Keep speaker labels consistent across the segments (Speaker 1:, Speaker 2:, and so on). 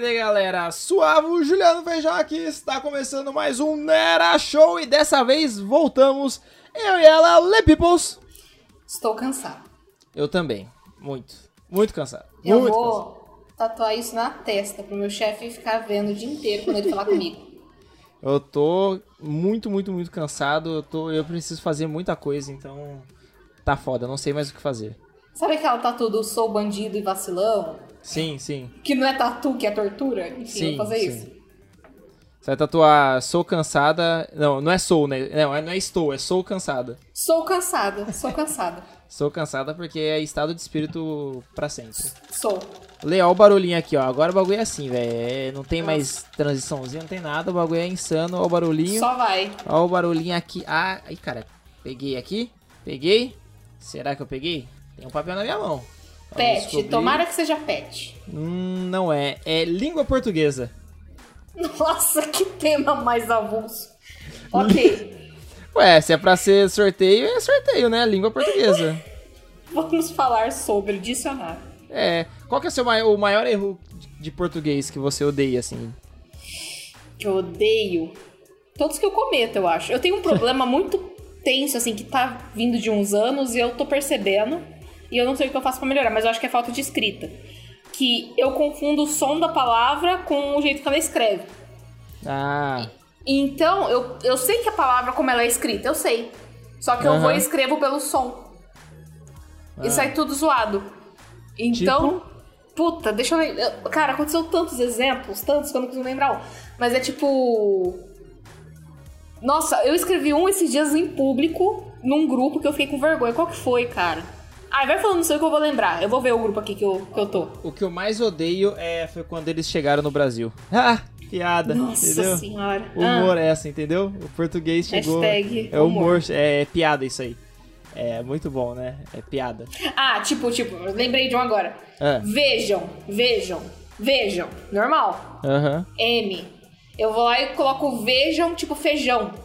Speaker 1: Olá, suavo Juliano Feijão aqui, está começando mais um Nera Show e dessa vez voltamos, eu e ela, Le Peoples.
Speaker 2: Estou cansado.
Speaker 1: Eu também, muito, muito cansado.
Speaker 2: Eu
Speaker 1: muito
Speaker 2: vou
Speaker 1: cansado.
Speaker 2: tatuar isso na testa pro meu chefe ficar vendo o dia inteiro quando ele falar comigo.
Speaker 1: Eu tô muito, muito, muito cansado, eu, tô, eu preciso fazer muita coisa, então tá foda, não sei mais o que fazer.
Speaker 2: Sabe aquela tatu do sou bandido e vacilão?
Speaker 1: Sim, sim,
Speaker 2: Que não é tatu, que é tortura? Enfim,
Speaker 1: Sim,
Speaker 2: eu vou fazer
Speaker 1: sim.
Speaker 2: isso.
Speaker 1: você vai tatuar sou cansada, não, não é sou, né, não, é- não é estou, é sou cansada.
Speaker 2: Sou cansada, sou cansada.
Speaker 1: Sou cansada porque é estado de espírito pra sempre.
Speaker 2: sou.
Speaker 1: Leal o barulhinho aqui, ó. Agora o bagulho é assim, velho. É, Não tem mais transiçãozinha, não tem nada. O bagulho é insano. Ó o barulhinho.
Speaker 2: Só vai.
Speaker 1: Ó o barulhinho aqui. Ah, ai, cara. Peguei aqui. Peguei. Será que eu peguei? Tem um papel na minha mão. Vamos
Speaker 2: Pet,
Speaker 1: descobrir.
Speaker 2: tomara que seja pet.
Speaker 1: Hum, não é. É língua portuguesa.
Speaker 2: Nossa, que tema mais avulso. Ok,
Speaker 1: Ué, se é pra ser sorteio, é sorteio, né? Língua portuguesa.
Speaker 2: vamos falar sobre dicionário.
Speaker 1: É. Qual que é o seu maior, o maior erro de português que você odeia, assim?
Speaker 2: que eu odeio. Todos que eu cometo, eu acho. Eu tenho um problema muito tenso, assim, que tá vindo de uns anos e eu tô percebendo. E eu não sei o que eu faço pra melhorar, mas eu acho que é falta de escrita. Que eu confundo o som da palavra com o jeito que ela escreve.
Speaker 1: Ah.
Speaker 2: Então, eu, eu sei que a palavra, como ela é escrita, eu sei. Só que eu
Speaker 1: Aham. Ah.
Speaker 2: vou e escrevo pelo som. E sai tudo zoado. Então,
Speaker 1: Tipo?
Speaker 2: puta, deixa eu lembrar. Cara, aconteceu tantos exemplos, tantos que eu não consigo lembrar um. Mas é tipo. Nossa, eu escrevi um esses dias em público, num grupo que eu fiquei com vergonha. Qual que foi, cara? Ai, vai falando isso aí que eu vou lembrar. Eu vou ver o grupo aqui que eu, que eu tô.
Speaker 1: O que eu mais odeio é foi quando eles chegaram no Brasil. Ah, piada,
Speaker 2: Nossa
Speaker 1: entendeu?
Speaker 2: senhora. Ah.
Speaker 1: O Humor é essa, entendeu? O português chegou.
Speaker 2: Hashtag
Speaker 1: é humor,
Speaker 2: humor.
Speaker 1: é, piada isso aí. É muito bom, né? É piada.
Speaker 2: Ah, tipo, tipo, eu lembrei de um agora.
Speaker 1: É.
Speaker 2: Vejam, vejam, vejam. Normal.
Speaker 1: Aham.
Speaker 2: M. Eu vou lá e coloco vejam, tipo feijão.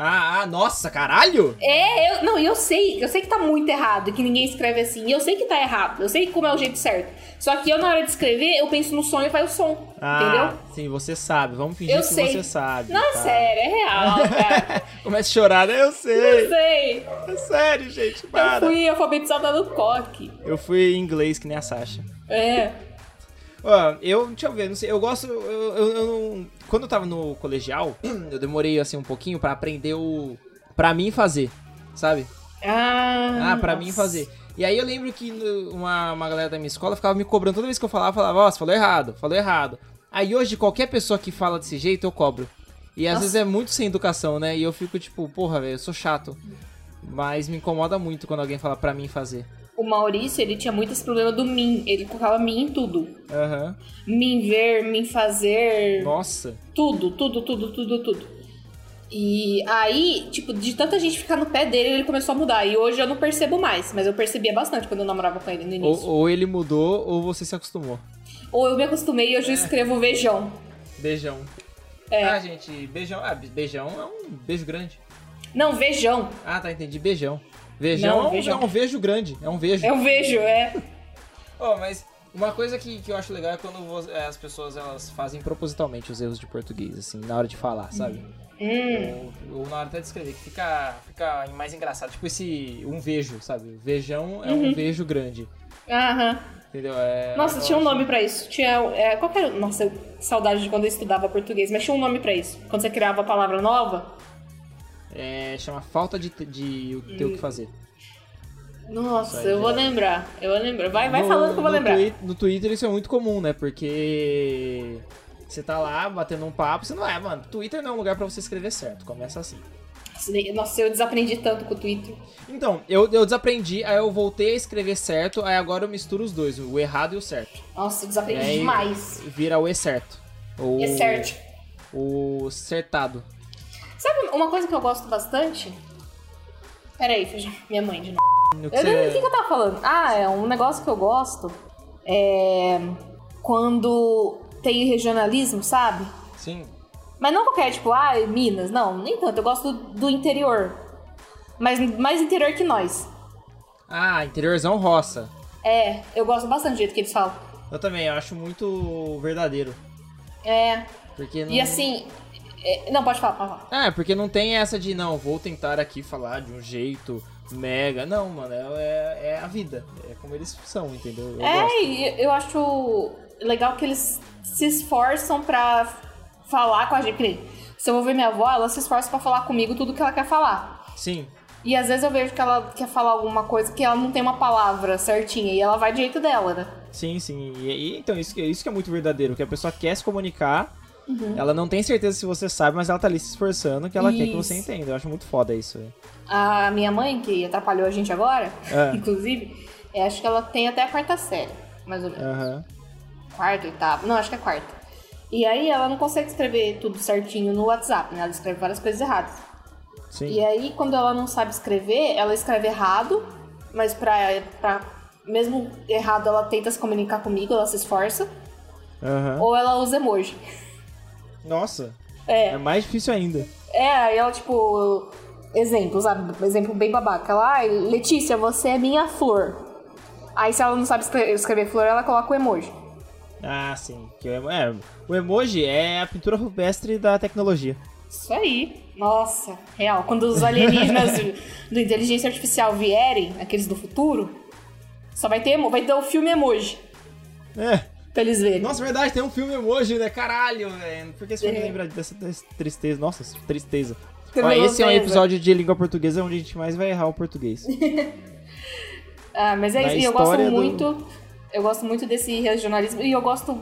Speaker 1: Ah, ah, nossa, caralho!
Speaker 2: É, eu. Não, eu sei, eu sei que tá muito errado, que ninguém escreve assim. E eu sei que tá errado, eu sei como é o jeito certo. Só que eu, na hora de escrever, eu penso no som e vai o som.
Speaker 1: Ah,
Speaker 2: entendeu?
Speaker 1: sim, você sabe. Vamos fingir
Speaker 2: Eu
Speaker 1: que
Speaker 2: sei.
Speaker 1: você sabe.
Speaker 2: Não, é
Speaker 1: tá?
Speaker 2: sério, é real, cara.
Speaker 1: Começa a chorar, né? Eu
Speaker 2: eu
Speaker 1: sei.
Speaker 2: sei.
Speaker 1: É sério, gente,
Speaker 2: Eu
Speaker 1: para.
Speaker 2: fui alfabetizada no coque.
Speaker 1: eu fui em inglês que nem a Sasha.
Speaker 2: É.
Speaker 1: Ó, eu, deixa eu ver, não sei, eu gosto, eu, eu, eu não- quando eu tava no colegial, eu demorei, assim, um pouquinho pra aprender o, pra mim fazer, sabe?
Speaker 2: Ah,
Speaker 1: Ah, pra mim
Speaker 2: nossa.
Speaker 1: fazer. E aí eu lembro que no- uma, uma galera da minha escola ficava me cobrando toda vez que eu falava, falava, ó, você falou errado, falou errado. Aí hoje, qualquer pessoa que fala desse jeito, eu cobro. E às
Speaker 2: Nossa.
Speaker 1: vezes é muito sem educação, né? E eu fico tipo, porra, velho, eu sou chato. Mas me incomoda muito quando alguém fala pra mim fazer.
Speaker 2: O Maurício, ele tinha muito esse problema do mim. Ele colocava mim em tudo.
Speaker 1: Aham.
Speaker 2: Mim ver, mim fazer.
Speaker 1: Nossa.
Speaker 2: Tudo, tudo, tudo, tudo, tudo. E aí, tipo, de tanta gente ficar no pé dele, ele começou a mudar. E hoje eu não percebo mais, mas eu percebia bastante quando eu namorava com ele no
Speaker 1: Ou,
Speaker 2: início.
Speaker 1: ou ele mudou ou você se acostumou.
Speaker 2: Ou, eu me acostumei e
Speaker 1: É.
Speaker 2: hoje eu escrevo vejão.
Speaker 1: Beijão.
Speaker 2: É.
Speaker 1: Ah, gente, beijão. Ah, be- beijão é um beijo grande.
Speaker 2: Não, vejão.
Speaker 1: Ah, tá, entendi. Beijão. Beijão,
Speaker 2: Não,
Speaker 1: é, um,
Speaker 2: beijão.
Speaker 1: é um beijo grande. É um beijo.
Speaker 2: Eu vejo, é.
Speaker 1: Ó, mas uma coisa que, que eu acho legal é quando vo- é, as pessoas elas fazem propositalmente os erros de português, assim, na hora de falar, sabe?
Speaker 2: Hum.
Speaker 1: Ou, ou na hora até de escrever, que fica, fica mais engraçado. Tipo esse um vejo, sabe? Vejão é um vejo grande.
Speaker 2: Aham.
Speaker 1: Entendeu? É,
Speaker 2: Uhum. Nossa,
Speaker 1: eu
Speaker 2: tinha um
Speaker 1: acho-
Speaker 2: nome pra isso. Tinha. É, qual que era? Nossa, eu, saudade de quando eu estudava português, mas tinha um nome pra isso. Quando você criava a palavra nova.
Speaker 1: É, chama falta de, te- de o- ter o que fazer.
Speaker 2: Nossa,
Speaker 1: Isso aí
Speaker 2: eu vou
Speaker 1: já-
Speaker 2: lembrar. Eu vou lembrar. Vai, vai
Speaker 1: No-
Speaker 2: falando que eu vou
Speaker 1: no
Speaker 2: lembrar.
Speaker 1: Twi- no Twitter isso é muito comum, né? Porque você tá lá batendo um papo, você não é, mano. Twitter não é um lugar pra você escrever certo. Começa assim.
Speaker 2: Nossa, eu desaprendi tanto com o Twitter.
Speaker 1: Então, eu, eu desaprendi, aí eu voltei a escrever certo, aí agora eu misturo os dois, o errado e o certo.
Speaker 2: Nossa, eu desaprendi
Speaker 1: É, e-
Speaker 2: demais.
Speaker 1: Vira o e certo. Ou
Speaker 2: É certo.
Speaker 1: O certado.
Speaker 2: Sabe uma coisa que eu gosto bastante? Peraí, feijão. Minha mãe de novo.
Speaker 1: No que
Speaker 2: Eu não
Speaker 1: cê-
Speaker 2: lembro o que que eu tava falando. Ah, é um negócio que eu gosto. É. Quando tem regionalismo, sabe?
Speaker 1: Sim.
Speaker 2: Mas não qualquer, tipo, ah, Minas. Não, nem tanto. Eu gosto do, do interior. Mas mais interior que nós.
Speaker 1: Ah, interiorzão roça.
Speaker 2: É, eu gosto bastante do jeito que eles falam.
Speaker 1: Eu também, eu acho muito verdadeiro.
Speaker 2: É.
Speaker 1: Porque não...
Speaker 2: E assim. é- não, pode falar, pode falar.
Speaker 1: Ah, porque não tem essa de, não, vou tentar aqui falar de um jeito mega. Não, mano, é, é a vida. É como eles são, entendeu? Eu
Speaker 2: É,
Speaker 1: gosto.
Speaker 2: e eu acho legal que eles se esforçam pra falar com a gente. Que nem, Se eu vou ver minha avó, ela se esforça pra falar comigo tudo que ela quer falar.
Speaker 1: Sim.
Speaker 2: E às vezes eu vejo que ela quer falar alguma coisa que ela não tem uma palavra certinha e ela vai do jeito dela, né?
Speaker 1: Sim, sim. E, e, então, isso, que- isso que é muito verdadeiro, que a pessoa quer se comunicar,
Speaker 2: Uhum.
Speaker 1: ela não tem certeza se você sabe, mas ela tá ali se esforçando que ela quer que você
Speaker 2: Isso.
Speaker 1: entenda. Eu acho muito foda isso. velho.
Speaker 2: A minha mãe, que atrapalhou a gente agora,
Speaker 1: É.
Speaker 2: inclusive, é, acho que ela tem até a quarta série, mais ou menos.
Speaker 1: Aham.
Speaker 2: quarta, oitava. Não, acho que é quarta. E aí ela não consegue escrever tudo certinho no WhatsApp, né? Ela escreve várias coisas erradas.
Speaker 1: Sim.
Speaker 2: E é aí, quando ela não sabe escrever, ela escreve errado, mas pra, pra mesmo errado ela tenta se comunicar comigo, ela se esforça,
Speaker 1: Aham.
Speaker 2: ou ela usa emoji.
Speaker 1: Nossa,
Speaker 2: É,
Speaker 1: é mais difícil ainda.
Speaker 2: é, aí ela tipo. Exemplo, sabe? Exemplo bem babaca. Ela, ai, Letícia, você é minha flor. Aí, se ela não sabe escre- escrever flor, ela coloca o emoji.
Speaker 1: Ah, sim. Que o emo- é, o emoji é a pintura rupestre da tecnologia.
Speaker 2: Isso aí. Nossa, real. Quando os alienígenas do- do inteligência artificial vierem, aqueles do futuro, só vai ter emo- vai ter o filme emoji
Speaker 1: É.
Speaker 2: pra eles verem.
Speaker 1: Nossa, verdade, tem um filme emoji, né? Caralho, velho. Por que você me
Speaker 2: É.
Speaker 1: lembra dessa, dessa tristeza? Nossa, tristeza. Ó,
Speaker 2: Tristeza.
Speaker 1: esse é um episódio de língua portuguesa onde a gente mais vai errar o português.
Speaker 2: Ah, mas é
Speaker 1: Na
Speaker 2: isso. E eu gosto
Speaker 1: história do-
Speaker 2: muito. Eu gosto muito desse regionalismo e eu gosto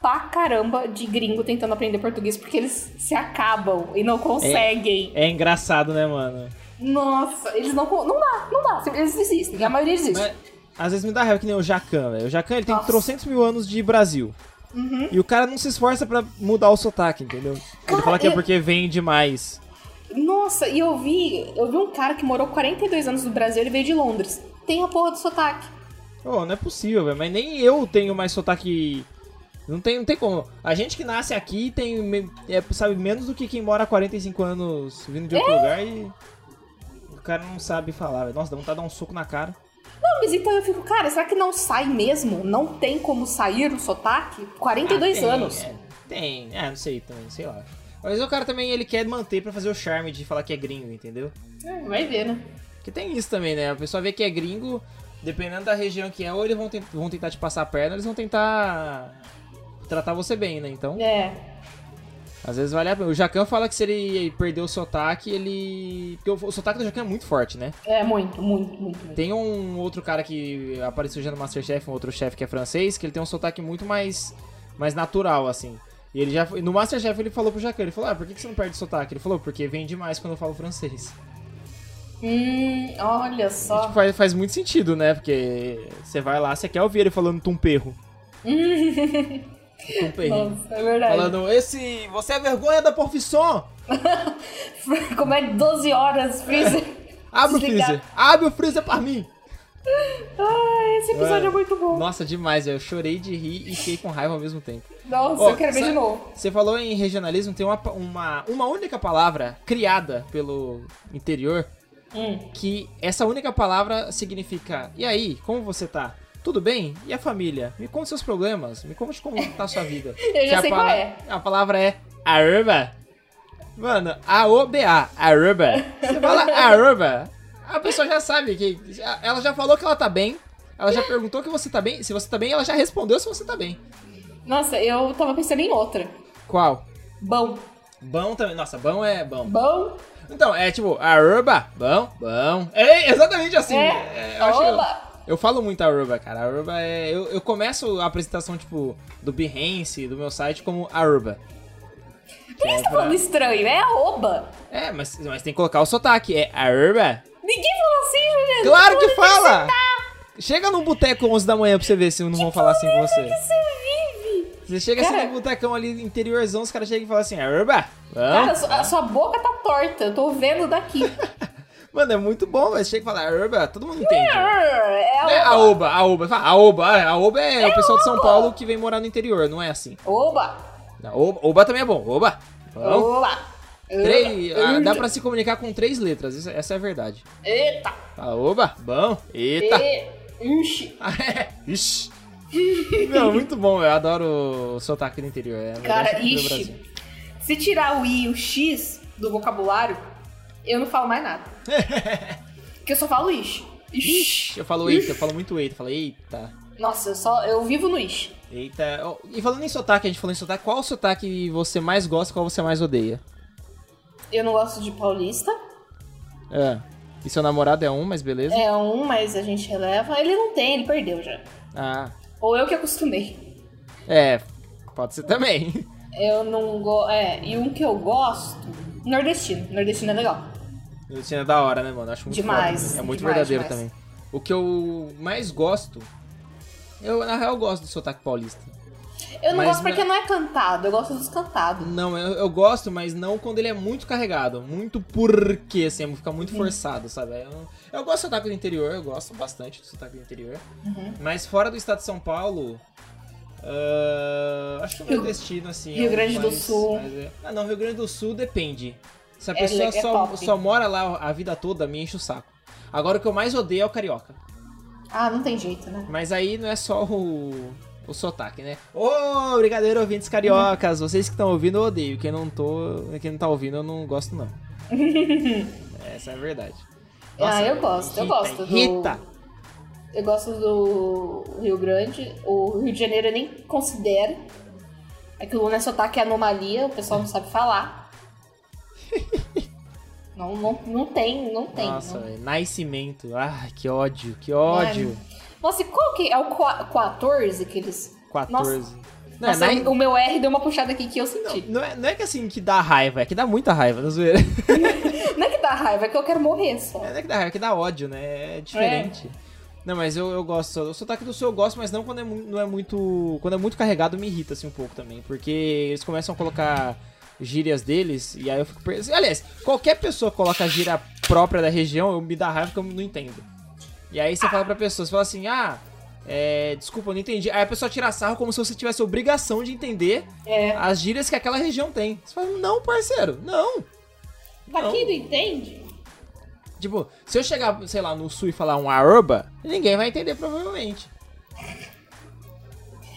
Speaker 2: pra caramba de gringo tentando aprender português porque eles se acabam e não conseguem.
Speaker 1: É engraçado, né, mano?
Speaker 2: Nossa, eles não. con- Não dá, não dá. Eles desistem. A maioria desiste.
Speaker 1: Mas, às vezes me dá raiva que nem o Jacan, velho. O Jacan, ele tem
Speaker 2: Nossa. Uhum.
Speaker 1: trocentos mil anos de Brasil. E o cara não se esforça pra mudar o sotaque, entendeu?
Speaker 2: Cara,
Speaker 1: ele fala que
Speaker 2: eu-
Speaker 1: é porque vem demais.
Speaker 2: Nossa, e eu vi, eu vi um cara que morou 42 anos no Brasil, ele veio de Londres. Tem a porra do sotaque.
Speaker 1: Ô, não é possível, velho. Mas nem eu tenho mais sotaque. Não tem, não tem como. A gente que nasce aqui tem, me- é, sabe menos do que quem mora há 45 anos vindo de outro lugar e. O cara não sabe falar, velho. Nossa, dá vontade de dar um soco na cara.
Speaker 2: Não, mas então eu fico, cara, será que não sai mesmo? Não tem como sair o sotaque? 42
Speaker 1: Ah, tem,
Speaker 2: anos.
Speaker 1: É, tem, é, não sei também, sei lá. Mas o cara também ele quer manter pra fazer o charme de falar que é gringo, entendeu?
Speaker 2: É, Vai ver, né?
Speaker 1: Porque tem isso também, né? A pessoa vê que é gringo, dependendo da região que é, ou eles vão, ten- vão tentar te passar a perna, ou eles vão tentar tratar você bem, né? Então.
Speaker 2: É.
Speaker 1: Às vezes vale a pena. O Jacan fala que se ele perder o sotaque, ele. Porque o o sotaque do Jacan é muito forte, né?
Speaker 2: É muito, muito, muito, muito.
Speaker 1: Tem um outro cara que apareceu já no Masterchef, um outro chefe que é francês, que ele tem um sotaque muito mais, mais natural, assim. E ele já. foi- No Masterchef ele falou pro Jacan, ele falou, ah, por que que você não perde o sotaque? Ele falou, porque vem demais quando eu falo francês.
Speaker 2: Hum, olha
Speaker 1: E,
Speaker 2: só.
Speaker 1: tipo, faz, faz muito sentido, né? Porque você vai lá, você quer ouvir ele falando tumperro. tumperro.
Speaker 2: Nossa, é verdade.
Speaker 1: Falando, esse. Você é vergonha da profissão!
Speaker 2: Como é 12 horas, Freezer?
Speaker 1: Abre
Speaker 2: Desligar.
Speaker 1: o freezer! Abre o freezer pra mim!
Speaker 2: Ai, esse episódio
Speaker 1: Mano.
Speaker 2: é muito bom.
Speaker 1: Nossa, demais, velho. eu chorei de rir e fiquei com raiva ao mesmo tempo.
Speaker 2: Nossa,
Speaker 1: Ó,
Speaker 2: eu quero ver
Speaker 1: sabe-
Speaker 2: de novo.
Speaker 1: Você falou em regionalismo, tem uma, pa- uma, uma única palavra criada pelo interior
Speaker 2: Hum.
Speaker 1: que essa única palavra significa e aí, como você tá? Tudo bem? E a família? Me conta seus problemas, me conte como tá a sua vida.
Speaker 2: Eu já
Speaker 1: Que a
Speaker 2: sei qual é.
Speaker 1: A palavra é aruba. Mano, A-O-B-A, aruba. Você fala aruba, a pessoa já sabe que ela já falou que ela tá bem, ela já perguntou que você tá bem, se você tá bem, ela já respondeu se você tá bem.
Speaker 2: Nossa, eu tava pensando em outra.
Speaker 1: Qual?
Speaker 2: Bom.
Speaker 1: Bom também. Nossa, bom é bom.
Speaker 2: Bom.
Speaker 1: Então, é tipo, aruba, bom, bom. É exatamente assim.
Speaker 2: É.
Speaker 1: eu, acho-
Speaker 2: Oba.
Speaker 1: eu falo muito aruba, cara. Aruba é... Eu, eu começo a apresentação, tipo, do Behance, do meu site, como aruba.
Speaker 2: Por que você tá falando estranho? É arroba.
Speaker 1: É, mas, mas tem que colocar o sotaque. É aruba.
Speaker 2: Ninguém fala assim, Juliana.
Speaker 1: Claro que
Speaker 2: Onde
Speaker 1: fala!
Speaker 2: tá
Speaker 1: Chega num boteco 11 da manhã pra você ver se não vão falar assim com você.
Speaker 2: Você vive.
Speaker 1: Você chega
Speaker 2: Cara-
Speaker 1: assim num botecão ali, interiorzão, os caras chegam e falam assim, aruba, bom.
Speaker 2: Cara, su- a sua boca tá torta. Eu tô vendo daqui.
Speaker 1: Mano, é muito bom, mas chega e fala, aruba, todo mundo entende.
Speaker 2: é
Speaker 1: Não é
Speaker 2: arroba.
Speaker 1: Aoba, Aoba. Fala, Aoba, ah, Aoba é, o pessoal de São
Speaker 2: Aoba.
Speaker 1: Paulo que vem morar no interior, não é assim.
Speaker 2: Oba.
Speaker 1: Oba, Oba também é bom, Oba. Bom.
Speaker 2: Oba.
Speaker 1: Três,
Speaker 2: Oba.
Speaker 1: ah, dá pra se comunicar com três letras, isso- essa é a verdade. Ah,
Speaker 2: Eita.
Speaker 1: Tá.
Speaker 2: um
Speaker 1: Fala, Oba, bom, eita.
Speaker 2: E... Ixi.
Speaker 1: Ixi, Não, muito bom, eu adoro o sotaque do interior. É a melhor
Speaker 2: Cara,
Speaker 1: sotaque do
Speaker 2: ixi.
Speaker 1: Brasil.
Speaker 2: Se tirar o i e o x do vocabulário, eu não falo mais nada. Porque eu só falo ixi. Ixi.
Speaker 1: Eu falo eita, eu falo muito eita, eu falo eita.
Speaker 2: Nossa, eu só eu vivo no ixi.
Speaker 1: Eita. Ó, E falando em sotaque, a gente falou em sotaque, qual sotaque você mais gosta e qual você mais odeia?
Speaker 2: Eu não gosto de paulista.
Speaker 1: É. E seu namorado é um, mas beleza?
Speaker 2: É um, mas a gente releva. Ele não tem, ele perdeu já.
Speaker 1: Ah.
Speaker 2: Ou eu que acostumei.
Speaker 1: É, pode ser também.
Speaker 2: Eu não gosto. É, e um que eu gosto. Nordestino. Nordestino é legal.
Speaker 1: Luciano é da hora, né, mano? Acho muito
Speaker 2: Demais,
Speaker 1: foda. É muito
Speaker 2: demais,
Speaker 1: verdadeiro
Speaker 2: demais.
Speaker 1: também. O que eu mais gosto. Eu, na real, gosto do sotaque paulista.
Speaker 2: Eu não
Speaker 1: Mas
Speaker 2: gosto
Speaker 1: na-
Speaker 2: porque não é cantado, eu gosto dos cantados.
Speaker 1: Não, eu, eu gosto, mas não quando ele é muito carregado. Muito porque, assim, fica
Speaker 2: Hum.
Speaker 1: muito forçado, sabe? Eu, eu gosto do sotaque do interior, eu gosto bastante do sotaque do interior.
Speaker 2: Uhum.
Speaker 1: Mas fora do estado de São Paulo. ah, acho que o
Speaker 2: Rio-
Speaker 1: meu destino, assim.
Speaker 2: Rio
Speaker 1: é o
Speaker 2: Grande do
Speaker 1: mais-
Speaker 2: Sul.
Speaker 1: mais é- Ah, não, Rio Grande do Sul depende. Se a
Speaker 2: É
Speaker 1: pessoa
Speaker 2: le- é
Speaker 1: só,
Speaker 2: top.
Speaker 1: só mora lá a vida toda, me enche o saco. Agora o que eu mais odeio é o carioca.
Speaker 2: Ah, não tem jeito, né?
Speaker 1: Mas aí não é só o, o sotaque, né? Ô, brigadeiro ouvintes cariocas, vocês que estão ouvindo eu odeio, quem não tô, quem não tá ouvindo eu não gosto não. Essa é a verdade.
Speaker 2: Ah, eu gosto, eu gosto do-
Speaker 1: Rita.
Speaker 2: Eu gosto do Rio Grande, o Rio de Janeiro eu nem considero. Aquilo não é sotaque, é anomalia, o pessoal não sabe falar. não, não, não tem, não tem.
Speaker 1: Nossa,
Speaker 2: não.
Speaker 1: velho, nascimento. Ah, que ódio, que ódio.
Speaker 2: Nossa, e qual que é o qua- 14 que eles...
Speaker 1: 14. Não, é
Speaker 2: Nossa,
Speaker 1: nai-
Speaker 2: o meu R deu uma puxada aqui que eu senti.
Speaker 1: não é, não é que assim que dá raiva, é que dá muita raiva, tá zoeira.
Speaker 2: Não, é que dá raiva, é que eu quero morrer só.
Speaker 1: É, não é que dá raiva, é que dá ódio, né? É diferente. Não, mas eu, eu gosto. O sotaque do sul eu gosto, mas não quando é, mu- não é muito. Quando é muito carregado, me irrita assim um pouco também. Porque eles começam a colocar gírias deles e aí eu fico. Per... Aliás, qualquer pessoa coloca gíria própria da região, eu me dá raiva porque eu não entendo. E aí você fala pra pessoa, você fala assim, ah. É, desculpa, eu não entendi. Aí a pessoa tira sarro como se você tivesse obrigação de entender
Speaker 2: É.
Speaker 1: as gírias que aquela região tem. Você fala, não, parceiro, não.
Speaker 2: Daqui não entende?
Speaker 1: Tipo, se eu chegar, sei lá, no sul e falar um aroba, ninguém vai entender provavelmente.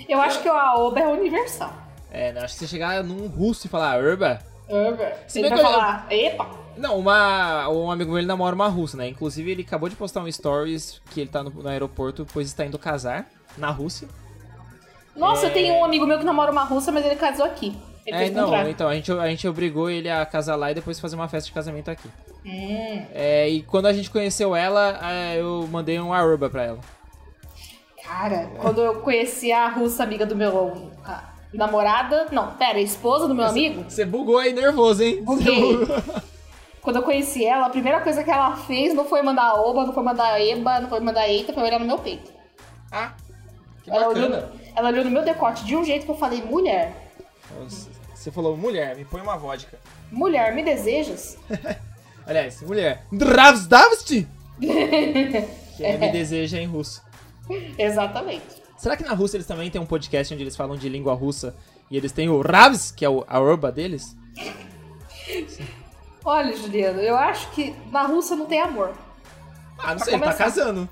Speaker 2: Eu acho que o Aoba é universal.
Speaker 1: É, não, acho que se eu chegar num russo e falar aroba. Se
Speaker 2: É, Ele
Speaker 1: bem
Speaker 2: vai
Speaker 1: que eu-
Speaker 2: falar, epa,
Speaker 1: Não, uma, um amigo meu ele namora uma russa, né? Inclusive, ele acabou de postar um stories que ele tá no, no aeroporto, pois está indo casar na Rússia.
Speaker 2: Nossa, eu tenho um amigo meu que namora uma russa, mas ele casou aqui. Ele
Speaker 1: é,
Speaker 2: fez
Speaker 1: não,
Speaker 2: contrato.
Speaker 1: então, a gente, a gente obrigou ele a casar lá e depois fazer uma festa de casamento aqui. É, e quando a gente conheceu ela, é, eu mandei um aroba pra ela.
Speaker 2: Cara,
Speaker 1: É.
Speaker 2: quando eu conheci a russa amiga do meu a namorada, não, pera, a esposa do meu amigo,
Speaker 1: Você bugou aí, nervoso, hein?
Speaker 2: Buguei.
Speaker 1: Você bugou.
Speaker 2: quando eu conheci ela, a primeira coisa que ela fez não foi mandar oba, não foi mandar eba, não foi mandar eita, foi olhar no meu peito.
Speaker 1: Ah, que
Speaker 2: Ela olhou,
Speaker 1: bacana.
Speaker 2: no- ela olhou no meu decote de um jeito que eu falei, mulher,
Speaker 1: Você falou, mulher, me põe uma vodka.
Speaker 2: mulher, me desejas?
Speaker 1: Aliás, mulher. Dravzdavst! que é me deseja em russo.
Speaker 2: Exatamente.
Speaker 1: Será que na Rússia eles também têm um podcast onde eles falam de língua russa e eles têm o Ravs, que é o arroba deles?
Speaker 2: Olha, Juliano, eu acho que na Rússia não tem amor.
Speaker 1: Ah, não
Speaker 2: Pra
Speaker 1: sei, ele tá
Speaker 2: começar.
Speaker 1: casando.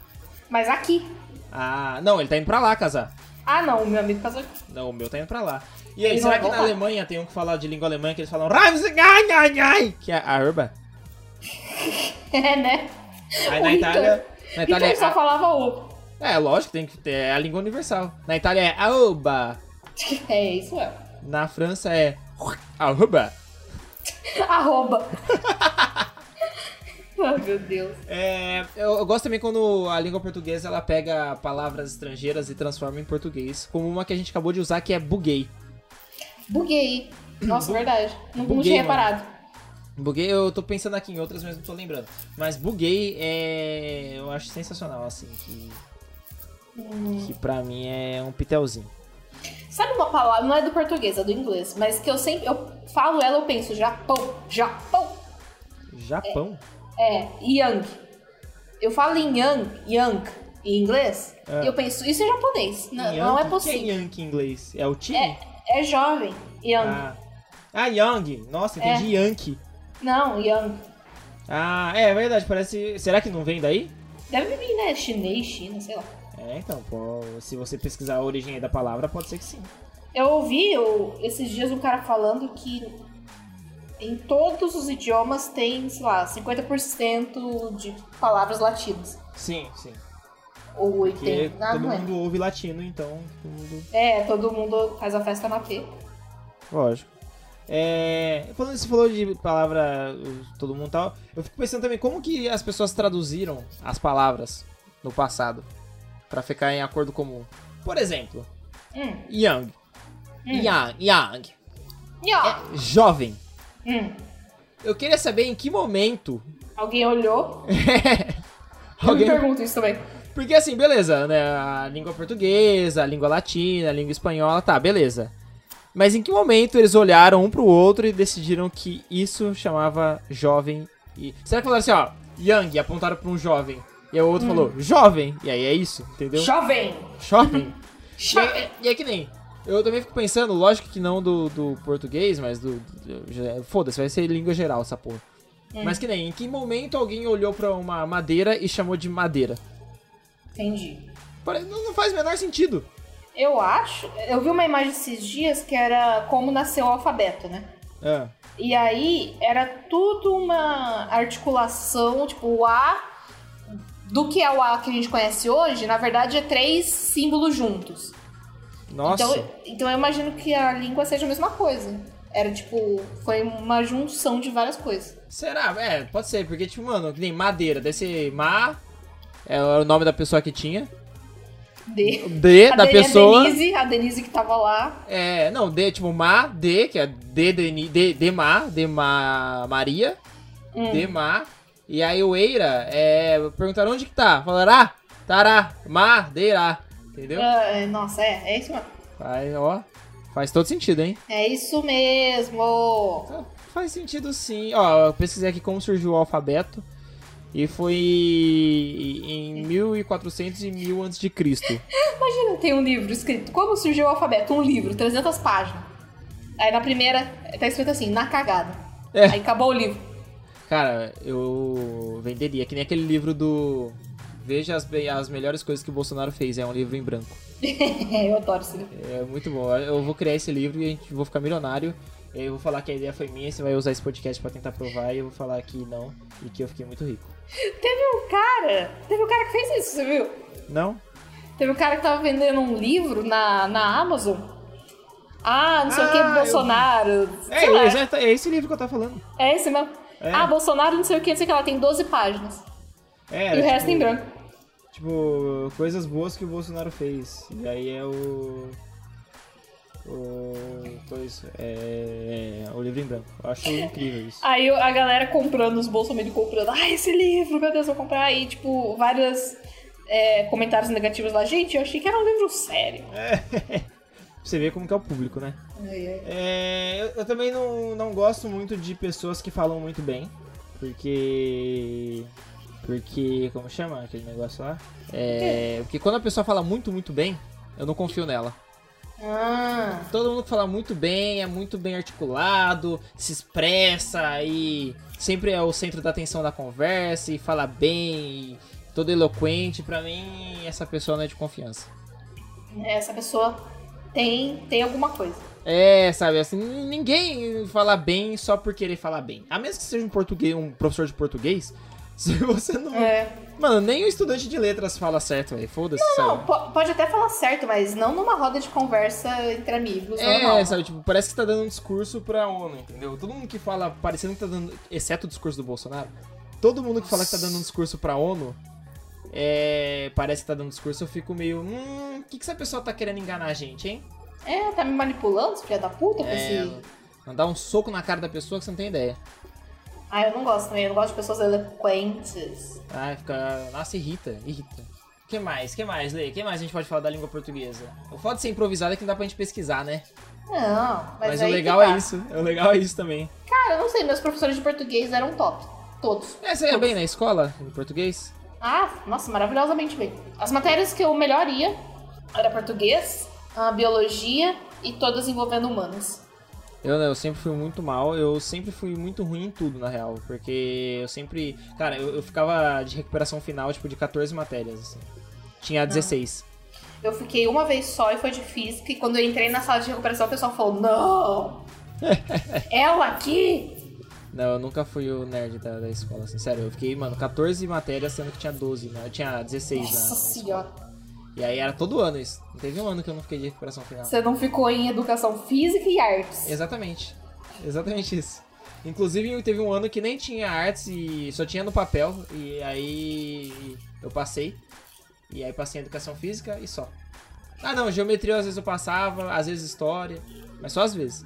Speaker 2: Mas aqui.
Speaker 1: Ah, não, ele tá indo pra lá casar.
Speaker 2: Ah, não, meu amigo casou aqui.
Speaker 1: Não, o meu tá indo pra lá. E aí,
Speaker 2: Eles
Speaker 1: será
Speaker 2: vão
Speaker 1: que na
Speaker 2: voltar.
Speaker 1: Alemanha tem um que fala de língua alemã que eles falam Ravs, ai, ai, ai, que é arroba?
Speaker 2: É, né?
Speaker 1: Aí
Speaker 2: O
Speaker 1: na
Speaker 2: Hitler-
Speaker 1: Itália... Na
Speaker 2: Então
Speaker 1: Itália
Speaker 2: ele
Speaker 1: é,
Speaker 2: só falava o.
Speaker 1: é, lógico, tem que ter é a língua universal. Na Itália é aoba.
Speaker 2: É, isso é.
Speaker 1: Na França é arroba.
Speaker 2: Arroba. Ai, meu Deus.
Speaker 1: É, eu, eu gosto também quando a língua portuguesa ela pega palavras estrangeiras e transforma em português, como uma que a gente acabou de usar que é buguei.
Speaker 2: Buguei. Nossa, verdade. Não, não
Speaker 1: Buguei,
Speaker 2: tinha
Speaker 1: mano.
Speaker 2: reparado.
Speaker 1: Buguei, eu tô pensando aqui em outras, mas não tô lembrando. Mas buguei é. Eu acho sensacional, assim, que. Que pra mim é um pitelzinho.
Speaker 2: Sabe uma palavra, não é do português, é do inglês, mas que eu sempre. Eu falo ela, eu penso Japão. Japão.
Speaker 1: Japão?
Speaker 2: É, Yang. Eu falo em Yang, Yang em inglês,
Speaker 1: É.
Speaker 2: e eu penso, isso é japonês. Não, não é
Speaker 1: Yankee? Quem
Speaker 2: possível.
Speaker 1: é Yankee em inglês? É o time?
Speaker 2: É, é É. jovem. Yang.
Speaker 1: Ah. ah, Young. Nossa, entendi Yankee.
Speaker 2: Não, Yang.
Speaker 1: Ah, é verdade, parece. Será que não vem daí?
Speaker 2: Deve vir, né? Chinês, China, sei lá.
Speaker 1: É, então, pô, se você pesquisar a origem aí da palavra, pode ser que sim.
Speaker 2: Eu ouvi eu, esses dias um cara falando que em todos os idiomas tem, sei lá, 50% de palavras latinas.
Speaker 1: Sim, sim.
Speaker 2: Ou
Speaker 1: Porque
Speaker 2: 80%. Ah,
Speaker 1: todo
Speaker 2: não é.
Speaker 1: mundo ouve latino, então todo mundo...
Speaker 2: É, todo mundo faz a festa na P.
Speaker 1: Lógico. É, falando, você falou de palavra o- todo mundo tal, eu fico pensando também como que as pessoas traduziram as palavras no passado pra ficar em acordo comum. Por exemplo,
Speaker 2: Hum.
Speaker 1: young, young, young,
Speaker 2: E ó,
Speaker 1: é, jovem.
Speaker 2: hum,
Speaker 1: Eu queria saber em que momento
Speaker 2: alguém olhou.
Speaker 1: alguém
Speaker 2: Eu me pergunto isso também.
Speaker 1: Porque assim, beleza, né? A língua portuguesa, a língua latina, a língua espanhola, tá, beleza. Mas em que momento eles olharam um pro outro e decidiram que isso chamava jovem e. Será que falaram assim, ó, Young, e apontaram pra um jovem. E aí o outro falou, jovem! E aí é isso, entendeu?
Speaker 2: Jovem!
Speaker 1: Jovem! E
Speaker 2: Jovem!
Speaker 1: é, e é que nem. Eu também fico pensando, lógico que não do, do português, mas do. do- Foda-se, vai ser língua geral essa porra. Mas que nem, em que momento alguém olhou pra uma madeira e chamou de madeira?
Speaker 2: Entendi.
Speaker 1: Pare- Não não faz o menor sentido.
Speaker 2: Eu acho. Eu vi uma imagem esses dias que era como nasceu o alfabeto, né?
Speaker 1: É.
Speaker 2: E aí era tudo uma articulação, tipo, o A do que é o A que a gente conhece hoje, na verdade é três símbolos juntos.
Speaker 1: Nossa.
Speaker 2: Então, então eu imagino que a língua seja a mesma coisa. Era tipo, foi uma junção de várias coisas.
Speaker 1: Será? É, pode ser, porque, tipo, mano, que nem madeira, deve ser Ma, é o nome da pessoa que tinha.
Speaker 2: De,
Speaker 1: D
Speaker 2: a
Speaker 1: da
Speaker 2: De-
Speaker 1: pessoa.
Speaker 2: A Denise, a Denise que tava lá.
Speaker 1: É, não, D, tipo, Ma, D, que é D, Deni- D, D, Ma, D, Ma, Maria,
Speaker 2: Hum.
Speaker 1: D, Ma. E aí o Eira, é, perguntaram onde que tá, falaram, ah, Tará, Madeira, entendeu?
Speaker 2: Ah, é, nossa, é, é isso mesmo.
Speaker 1: Aí, ó, faz todo sentido, hein?
Speaker 2: É isso mesmo.
Speaker 1: Ah, Faz sentido sim. Ó, eu pesquisei aqui como surgiu o alfabeto. E foi em 1400 e 1000 antes de Cristo.
Speaker 2: Imagina, tem um livro escrito Como surgiu o alfabeto? Um livro, 300 páginas. Aí na primeira tá escrito assim, na cagada.
Speaker 1: É.
Speaker 2: Aí acabou o livro.
Speaker 1: Cara, eu venderia. Que nem aquele livro do... Veja as, be- as melhores coisas que o Bolsonaro fez. É um livro em branco.
Speaker 2: Eu adoro esse livro.
Speaker 1: É muito bom. Eu vou criar esse livro e a gente vou ficar milionário. E aí Eu vou falar que a ideia foi minha, você vai usar esse podcast pra tentar provar e eu vou falar que não e que eu fiquei muito rico.
Speaker 2: Teve um cara, teve um cara que fez isso, você viu?
Speaker 1: Não?
Speaker 2: Teve um cara que tava vendendo um livro na, na Amazon. Ah, não sei o
Speaker 1: Ah,
Speaker 2: que,
Speaker 1: eu-
Speaker 2: Bolsonaro.
Speaker 1: É,
Speaker 2: sei lá.
Speaker 1: exato, é esse livro que eu tava falando.
Speaker 2: É esse mesmo.
Speaker 1: É.
Speaker 2: Ah, Bolsonaro, não sei o que, não sei o que lá, tem 12 páginas.
Speaker 1: É,
Speaker 2: e
Speaker 1: era
Speaker 2: o resto
Speaker 1: tipo-
Speaker 2: em branco.
Speaker 1: Tipo, coisas boas que o Bolsonaro fez. E aí é o. O. Coisa. É. é, O livro em branco. Eu acho incrível isso.
Speaker 2: Aí a galera comprando, os bolsominions comprando. Ah, esse livro, meu Deus, vou comprar. Aí, tipo, vários comentários negativos lá. Gente, eu achei que era um livro sério.
Speaker 1: Você vê como que é o público, né? É, eu, eu também não, não gosto muito de pessoas que falam muito bem. Porque. Porque. Como chama aquele negócio lá? É. Porque quando a pessoa fala muito, muito bem, eu não confio nela.
Speaker 2: Ah,
Speaker 1: Todo mundo que fala muito bem, é muito bem articulado, se expressa e sempre é o centro da atenção da conversa e fala bem e todo eloquente. Pra mim, essa pessoa não é de confiança.
Speaker 2: É, essa pessoa tem, tem alguma coisa.
Speaker 1: É, sabe, assim, n- ninguém fala bem só por querer falar bem. A menos que seja um português, um professor de português, se você não.
Speaker 2: É.
Speaker 1: Mano, nem o estudante de letras fala certo, velho. Foda-se, sabe?
Speaker 2: Não, po- pode até falar certo, mas não numa roda de conversa entre amigos.
Speaker 1: É,
Speaker 2: normal.
Speaker 1: sabe, tipo, parece que tá dando um discurso pra ONU, entendeu? Todo mundo que fala, parecendo que tá dando, exceto o discurso do Bolsonaro, todo mundo que fala que tá dando um discurso pra ONU, é, parece que tá dando um discurso, eu fico meio, hum, o que que essa pessoa tá querendo enganar a gente, hein?
Speaker 2: É, tá me manipulando, esse filho da puta, com
Speaker 1: É.
Speaker 2: esse.
Speaker 1: Mandar um soco na cara da pessoa que você não tem ideia.
Speaker 2: Ah, eu não gosto também, eu não gosto de pessoas eloquentes.
Speaker 1: Ai, Ah, fica, nossa, irrita, irrita. que mais, que mais, Lê? que mais a gente pode falar da língua portuguesa? O foda de ser improvisado é que não dá pra gente pesquisar, né?
Speaker 2: Não, mas,
Speaker 1: Mas,
Speaker 2: aí
Speaker 1: o
Speaker 2: que
Speaker 1: legal
Speaker 2: tá.
Speaker 1: é isso, o legal é isso também.
Speaker 2: Cara, eu não sei, meus professores de português eram top. Todos.
Speaker 1: É, você ia bem na escola, em português?
Speaker 2: Ah, nossa, maravilhosamente bem. As matérias que eu melhor ia era português, a biologia e todas envolvendo humanas.
Speaker 1: Eu, né, eu sempre fui muito mal, eu sempre fui muito ruim em tudo, na real. Porque eu sempre. Cara, eu, eu ficava de recuperação final, tipo, de 14 matérias, assim. Tinha 16.
Speaker 2: Eu fiquei uma vez só e foi difícil, porque quando eu entrei na sala de recuperação, o pessoal falou: Não! eu aqui?
Speaker 1: Não, eu nunca fui o nerd da, da escola, assim. Sério, eu fiquei, mano, 14 matérias, sendo que tinha 12, né? Eu tinha 16 na-
Speaker 2: Nossa
Speaker 1: na escola.
Speaker 2: senhora.
Speaker 1: E aí era todo ano isso. Não teve um ano que eu não fiquei de recuperação final.
Speaker 2: Você não ficou em educação física e artes.
Speaker 1: Exatamente. Exatamente isso. Inclusive, teve um ano que nem tinha artes e só tinha no papel. E aí eu passei. E aí passei em educação física e só. Ah não, geometria às vezes eu passava, às vezes história, mas só às vezes.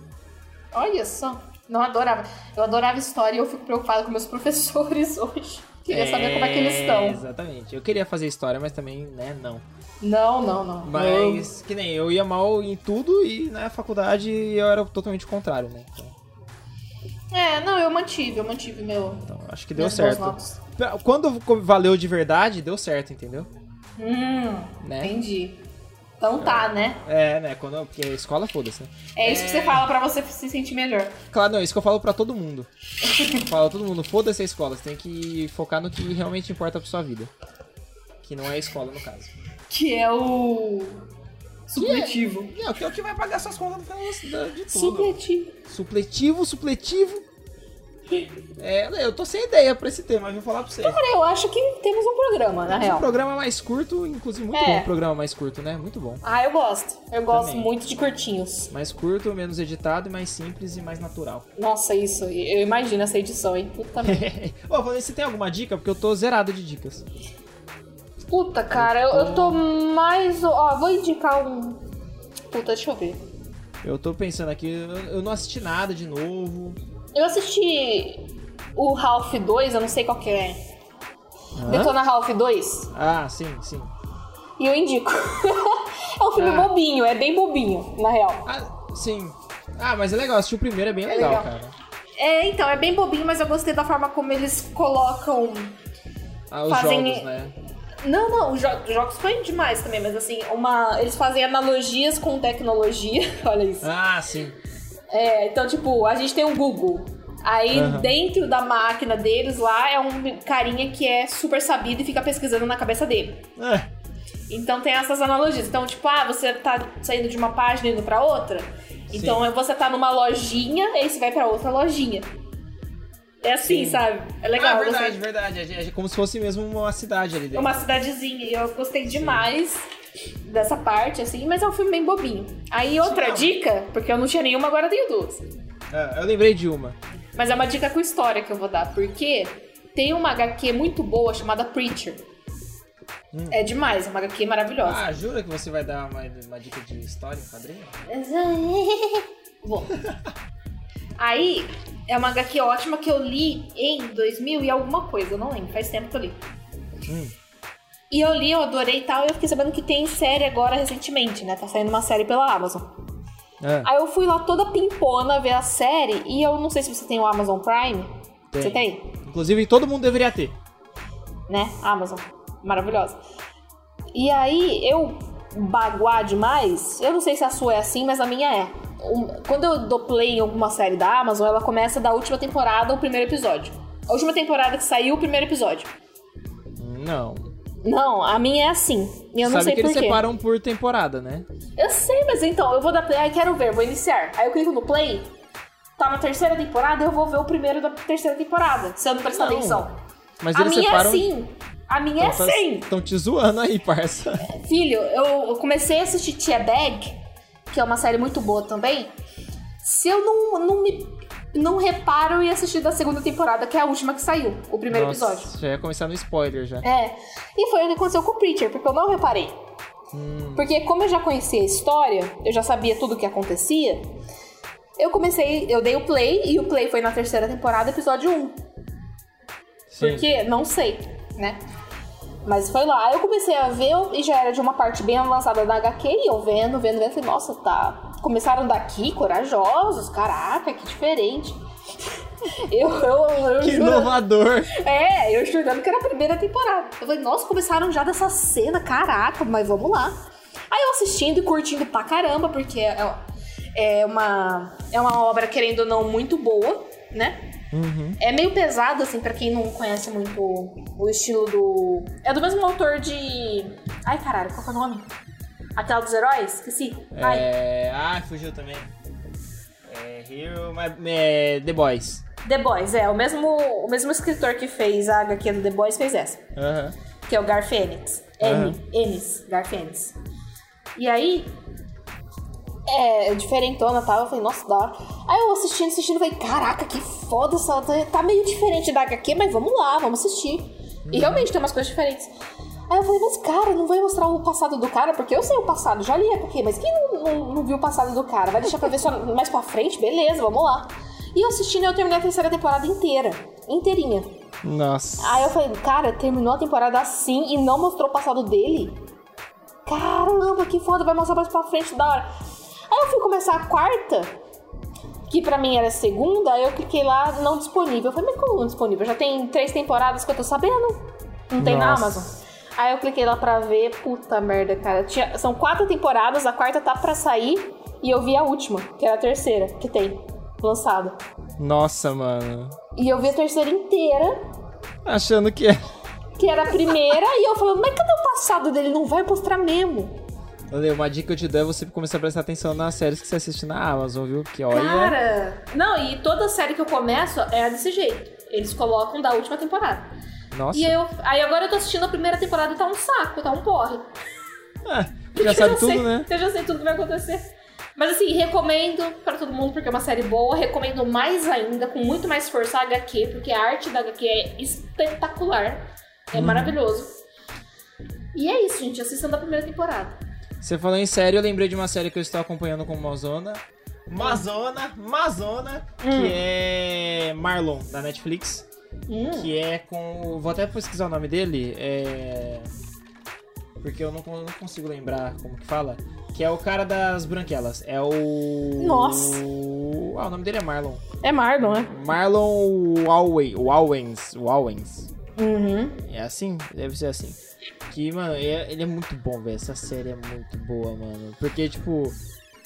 Speaker 2: Olha só. Não adorava. Eu adorava história e eu fico preocupada com meus professores hoje. Queria saber como é que eles estão.
Speaker 1: Exatamente. Eu queria fazer história, mas também, né, não.
Speaker 2: Não, não, não.
Speaker 1: Mas que nem eu ia mal em tudo e na faculdade eu era totalmente o contrário, né? Então,
Speaker 2: Não. É, não, eu mantive, eu mantive meu.
Speaker 1: então, acho que deu
Speaker 2: minhas boas
Speaker 1: certo.
Speaker 2: notas.
Speaker 1: Pra- Quando valeu de verdade, deu certo, entendeu?
Speaker 2: Hum,
Speaker 1: Né?
Speaker 2: entendi. Então tá, né?
Speaker 1: É, né? Quando, porque a escola foda-se, né?
Speaker 2: É isso que você fala pra você se sentir melhor.
Speaker 1: Claro, não, é isso que eu falo pra todo mundo. Eu falo pra todo mundo, foda-se a escola, você tem que focar no que realmente importa pra sua vida. Que não é a escola, no caso.
Speaker 2: Que é o. Supletivo.
Speaker 1: Não, que é o que vai pagar suas contas no final da- de tudo.
Speaker 2: Supletivo.
Speaker 1: Supletivo, supletivo. É, eu tô sem ideia pra esse tema, viu? Falar pra você.
Speaker 2: Cara, eu acho que temos um programa, na
Speaker 1: Um
Speaker 2: real.
Speaker 1: programa mais curto, inclusive muito
Speaker 2: É.
Speaker 1: bom o programa mais curto, né? Muito bom.
Speaker 2: Ah, eu gosto. Eu gosto
Speaker 1: Também.
Speaker 2: muito de curtinhos.
Speaker 1: Mais curto, menos editado, e mais simples e mais natural.
Speaker 2: Nossa, isso. Eu imagino essa edição, hein? Puta merda.
Speaker 1: Ô, Vanessa, você tem alguma dica? Porque eu tô zerado de dicas.
Speaker 2: Puta, cara, eu, eu tô mais. Ó, vou indicar um. Puta, deixa eu ver.
Speaker 1: Eu tô pensando aqui, eu, eu não assisti nada de novo.
Speaker 2: Eu assisti o Half 2, eu não sei qual que é.
Speaker 1: Hã?
Speaker 2: Detona Half 2.
Speaker 1: Ah, sim, sim.
Speaker 2: E eu indico. é um filme
Speaker 1: Ah.
Speaker 2: bobinho, é bem bobinho, na real.
Speaker 1: Ah, sim. Ah, mas é legal, assistir o primeiro é bem legal,
Speaker 2: legal.
Speaker 1: cara.
Speaker 2: É, então, é bem bobinho, mas eu gostei da forma como eles colocam.
Speaker 1: Ah, os
Speaker 2: Fazem-
Speaker 1: jogos, né?
Speaker 2: Não, não, os, jo os jogos foi demais também, mas assim, uma. Eles fazem analogias com tecnologia. Olha isso.
Speaker 1: Ah, sim.
Speaker 2: É, então, tipo, a gente tem um Google. Aí,
Speaker 1: Aham.
Speaker 2: dentro da máquina deles lá, é um carinha que é super sabido e fica pesquisando na cabeça dele.
Speaker 1: É,
Speaker 2: Então, tem essas analogias. Então, tipo, ah, você tá saindo de uma página e indo pra outra. Então, você tá numa lojinha, aí você vai pra outra lojinha. É assim,
Speaker 1: Sim.
Speaker 2: sabe? É legal.
Speaker 1: ah,
Speaker 2: eu
Speaker 1: verdade,
Speaker 2: gostei.
Speaker 1: verdade. É, é como se fosse mesmo uma cidade ali
Speaker 2: É
Speaker 1: dentro.
Speaker 2: uma cidadezinha. E eu gostei demais dessa parte, assim. Mas é um filme bem bobinho. Aí, outra
Speaker 1: Sim.
Speaker 2: dica, porque eu não tinha nenhuma, agora eu tenho duas.
Speaker 1: Ah, eu lembrei de uma.
Speaker 2: Mas é uma dica com história que eu vou dar, porque tem uma HQ muito boa chamada Preacher.
Speaker 1: Hum.
Speaker 2: É demais, é uma HQ maravilhosa.
Speaker 1: Ah, jura que você vai dar uma, uma dica de história, um quadrinho?
Speaker 2: Bom. Aí, é uma HQ ótima que eu li em 2000 e alguma coisa, eu não lembro, faz tempo que eu li.
Speaker 1: Hum.
Speaker 2: E eu li, eu adorei e tal, e eu fiquei sabendo que tem série agora recentemente, né? Tá saindo uma série pela Amazon.
Speaker 1: Ah,
Speaker 2: Aí eu fui lá toda pimpona ver a série, e eu não sei se você tem o Amazon Prime.
Speaker 1: Tem.
Speaker 2: Você tem?
Speaker 1: Inclusive, todo mundo deveria ter.
Speaker 2: né? Amazon, maravilhosa. E aí eu baguar demais, eu não sei se a sua é assim, mas a minha é. Um- Quando eu dou play em alguma série da Amazon, ela começa da última temporada o primeiro episódio. A última temporada que saiu o primeiro episódio.
Speaker 1: Não.
Speaker 2: Não, a minha é assim. E eu não
Speaker 1: Sabe
Speaker 2: sei
Speaker 1: que eles
Speaker 2: por quê.
Speaker 1: separam por temporada, né?
Speaker 2: Eu sei, mas então, eu vou dar play, aí quero ver, vou iniciar. Aí eu clico no play, tá na terceira temporada, eu vou ver o primeiro da terceira temporada, se eu não prestar
Speaker 1: Não,
Speaker 2: atenção.
Speaker 1: Mas
Speaker 2: a
Speaker 1: eles
Speaker 2: minha é
Speaker 1: separam.
Speaker 2: assim. A minha é assim.
Speaker 1: Estão te zoando aí, parça.
Speaker 2: Filho, eu eu comecei a assistir Tia Bag, que é uma série muito boa também. Se eu não, não me não reparo e assistir da segunda temporada, que é a última que saiu, o primeiro
Speaker 1: Nossa,
Speaker 2: episódio.
Speaker 1: Já ia começar no spoiler já.
Speaker 2: É. E foi o que aconteceu com o Preacher, porque eu não reparei. Porque como eu já conhecia a história, eu já sabia tudo o que acontecia, eu comecei, eu dei o play e o play foi na terceira temporada, episódio 1.
Speaker 1: Sim.
Speaker 2: Porque não sei, né? Mas foi lá. Aí eu comecei a ver eu- e já era de uma parte bem avançada da HQ. E eu vendo, vendo, vendo. Falei, nossa, tá. Começaram daqui, corajosos. Caraca, que diferente. Eu, eu, eu
Speaker 1: Que
Speaker 2: juro-
Speaker 1: inovador!
Speaker 2: É, eu jurando que era a primeira temporada. Eu falei, nossa, começaram já dessa cena, caraca, mas vamos lá. Aí eu assistindo e curtindo pra caramba, porque é, é uma, é uma obra, querendo ou não, muito boa, né?
Speaker 1: Uhum.
Speaker 2: É meio pesado, assim, pra quem não conhece muito o estilo do. É do mesmo autor de Ai, caralho, qual que é o nome? Aquela dos heróis? Esqueci. Ai.
Speaker 1: É... Ah, fugiu também. É, Hero... My- é, The Boys.
Speaker 2: The Boys, é. O mesmo, o mesmo escritor que fez a HQ do The Boys fez essa.
Speaker 1: Aham.
Speaker 2: que é o Garfênix.
Speaker 1: Aham.
Speaker 2: N, Enes, Garfênix. E aí, é, diferentona, tava, eu falei, nossa, da hora. Aí eu assistindo, assistindo, falei, caraca, que foda essa, tá, tá meio diferente da HQ, mas vamos lá, vamos assistir. E realmente tem umas coisas diferentes. Aí eu falei, mas cara, não vai mostrar o passado do cara, porque eu sei o passado, já li a HQ, mas quem não, não- não viu o passado do cara? Vai deixar pra ver só mais pra frente? Beleza, vamos lá. E eu assistindo, eu terminei a terceira temporada inteira, inteirinha.
Speaker 1: Nossa.
Speaker 2: Aí eu falei, cara, terminou a temporada assim e não mostrou o passado dele? Caramba, que foda, vai mostrar mais pra frente, da hora. Aí eu fui começar a quarta, que pra mim era a segunda, aí eu cliquei lá, não disponível. Eu falei, mas como não disponível? Já tem três temporadas que eu tô sabendo, não tem na
Speaker 1: Nossa.
Speaker 2: Amazon. Aí eu cliquei lá pra ver, puta merda, cara. Tinha- são quatro temporadas, a quarta tá pra sair e eu vi a última, que era a terceira, que tem, lançada.
Speaker 1: Nossa, mano.
Speaker 2: E eu vi a terceira inteira,
Speaker 1: Achando que é.
Speaker 2: que era a primeira, e eu falando, mas cadê o passado dele? Não vai mostrar mesmo.
Speaker 1: Olha, uma dica que eu te dou é você começar a prestar atenção nas séries que você assiste na Amazon, viu? Porque olha.
Speaker 2: Cara, não, e toda série que eu começo é desse jeito. Eles colocam da última temporada.
Speaker 1: Nossa.
Speaker 2: E eu, aí agora eu tô assistindo a primeira temporada e tá um saco, tá um porre.
Speaker 1: Ah, já sabe tudo,
Speaker 2: sei,
Speaker 1: né?
Speaker 2: Eu já sei tudo que vai acontecer. Mas assim, recomendo pra todo mundo porque é uma série boa. Recomendo mais ainda, com muito mais força, a HQ, porque a arte da HQ é espetacular.
Speaker 1: Hum.
Speaker 2: É maravilhoso. E é isso, gente. Assistam da primeira temporada.
Speaker 1: Você falou em série, eu lembrei de uma série que eu estou acompanhando com Mazona. Mazona, Mazona, que é Marlon, da Netflix.
Speaker 2: Hum.
Speaker 1: Que é com. Vou até pesquisar o nome dele. É. Porque eu não, con- não consigo lembrar como que fala. Que é o cara das branquelas. É o.
Speaker 2: Nossa.
Speaker 1: Ah, o nome dele é Marlon.
Speaker 2: É Marlon, né?
Speaker 1: Marlon Walway. Walwens. Walwens.
Speaker 2: Uhum.
Speaker 1: É assim? Deve ser assim. Que, mano, é- ele é muito bom, velho. Essa série é muito boa, mano. Porque, tipo,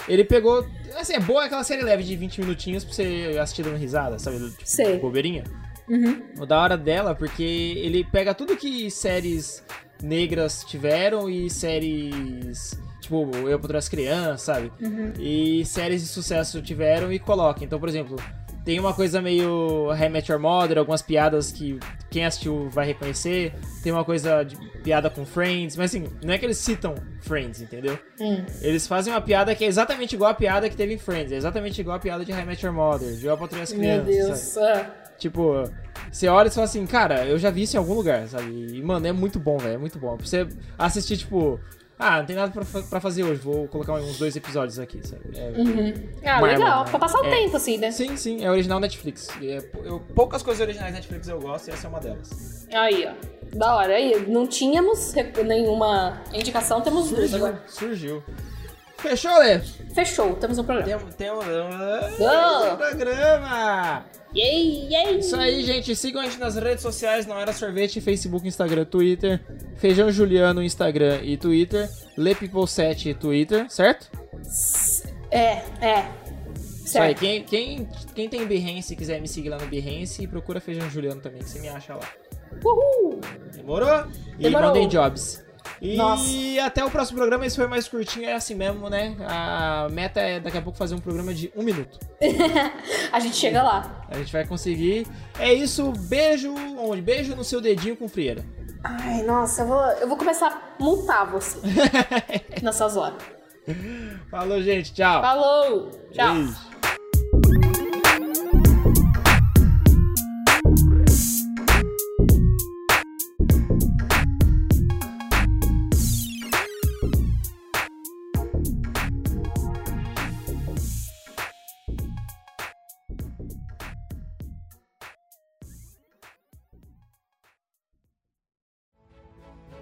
Speaker 1: ele pegou. Assim, é boa aquela série leve de 20 minutinhos pra você assistir dando risada, sabe? Tipo,
Speaker 2: Sei.
Speaker 1: bobeirinha.
Speaker 2: Uhum.
Speaker 1: O da hora dela, porque ele pega tudo que séries negras tiveram e séries. Tipo, Eu Poder as Crianças, sabe?
Speaker 2: Uhum.
Speaker 1: E séries de sucesso tiveram e coloca. Então, por exemplo, tem uma coisa meio How I Met Your Mother, algumas piadas que quem assistiu vai reconhecer. Tem uma coisa de piada com Friends, mas assim, não é que eles citam Friends, entendeu?
Speaker 2: Hum.
Speaker 1: Eles fazem uma piada que é exatamente igual a piada que teve em Friends, é exatamente igual a piada de How I Met Your Mother, de Eu Patrulho as
Speaker 2: Meu
Speaker 1: Crianças. sabe?
Speaker 2: Deus. Ah.
Speaker 1: Tipo, você olha e fala assim, cara, eu já vi isso em algum lugar, sabe? E, mano, é muito bom, velho, é muito bom. Pra você assistir, tipo, ah, não tem nada pra, fa- pra fazer hoje, vou colocar uns dois episódios aqui, sabe? É-
Speaker 2: Ah,
Speaker 1: Marlon,
Speaker 2: legal.
Speaker 1: né?
Speaker 2: Pra passar o
Speaker 1: É.
Speaker 2: tempo, assim, né?
Speaker 1: Sim, sim, é original Netflix. É, pou- eu- poucas coisas originais Netflix eu gosto e essa é uma delas.
Speaker 2: Aí, ó. Da hora. Aí, não tínhamos rec- nenhuma indicação, temos duas agora.
Speaker 1: Surgiu. Fechou, Lê?
Speaker 2: Fechou, temos um programa.
Speaker 1: Tem, tem um...
Speaker 2: Boa!
Speaker 1: programa!
Speaker 2: Yay, yay!
Speaker 1: Isso aí, gente. Sigam a gente nas redes sociais, não era sorvete, Facebook, Instagram, Twitter. Feijão Juliano, Instagram e Twitter. Lepipo7, Twitter, certo?
Speaker 2: É, é.
Speaker 1: Isso aí.
Speaker 2: Certo.
Speaker 1: Quem, quem, quem tem Behance e quiser me seguir lá no Behance, procura Feijão Juliano também, que você me acha lá.
Speaker 2: Uhul!
Speaker 1: Demorou? E
Speaker 2: Demorou.
Speaker 1: mandem jobs. E
Speaker 2: Nossa.
Speaker 1: até o próximo programa, esse foi mais curtinho, é assim mesmo, né? A meta é daqui a pouco fazer um programa de um minuto.
Speaker 2: A gente chega lá.
Speaker 1: A gente vai conseguir. É isso, beijo onde? Beijo no seu dedinho com frieira.
Speaker 2: Ai, nossa, eu vou, eu vou começar a multar você nessas horas.
Speaker 1: Falou, gente. Tchau.
Speaker 2: Falou! Tchau!
Speaker 1: Beijo.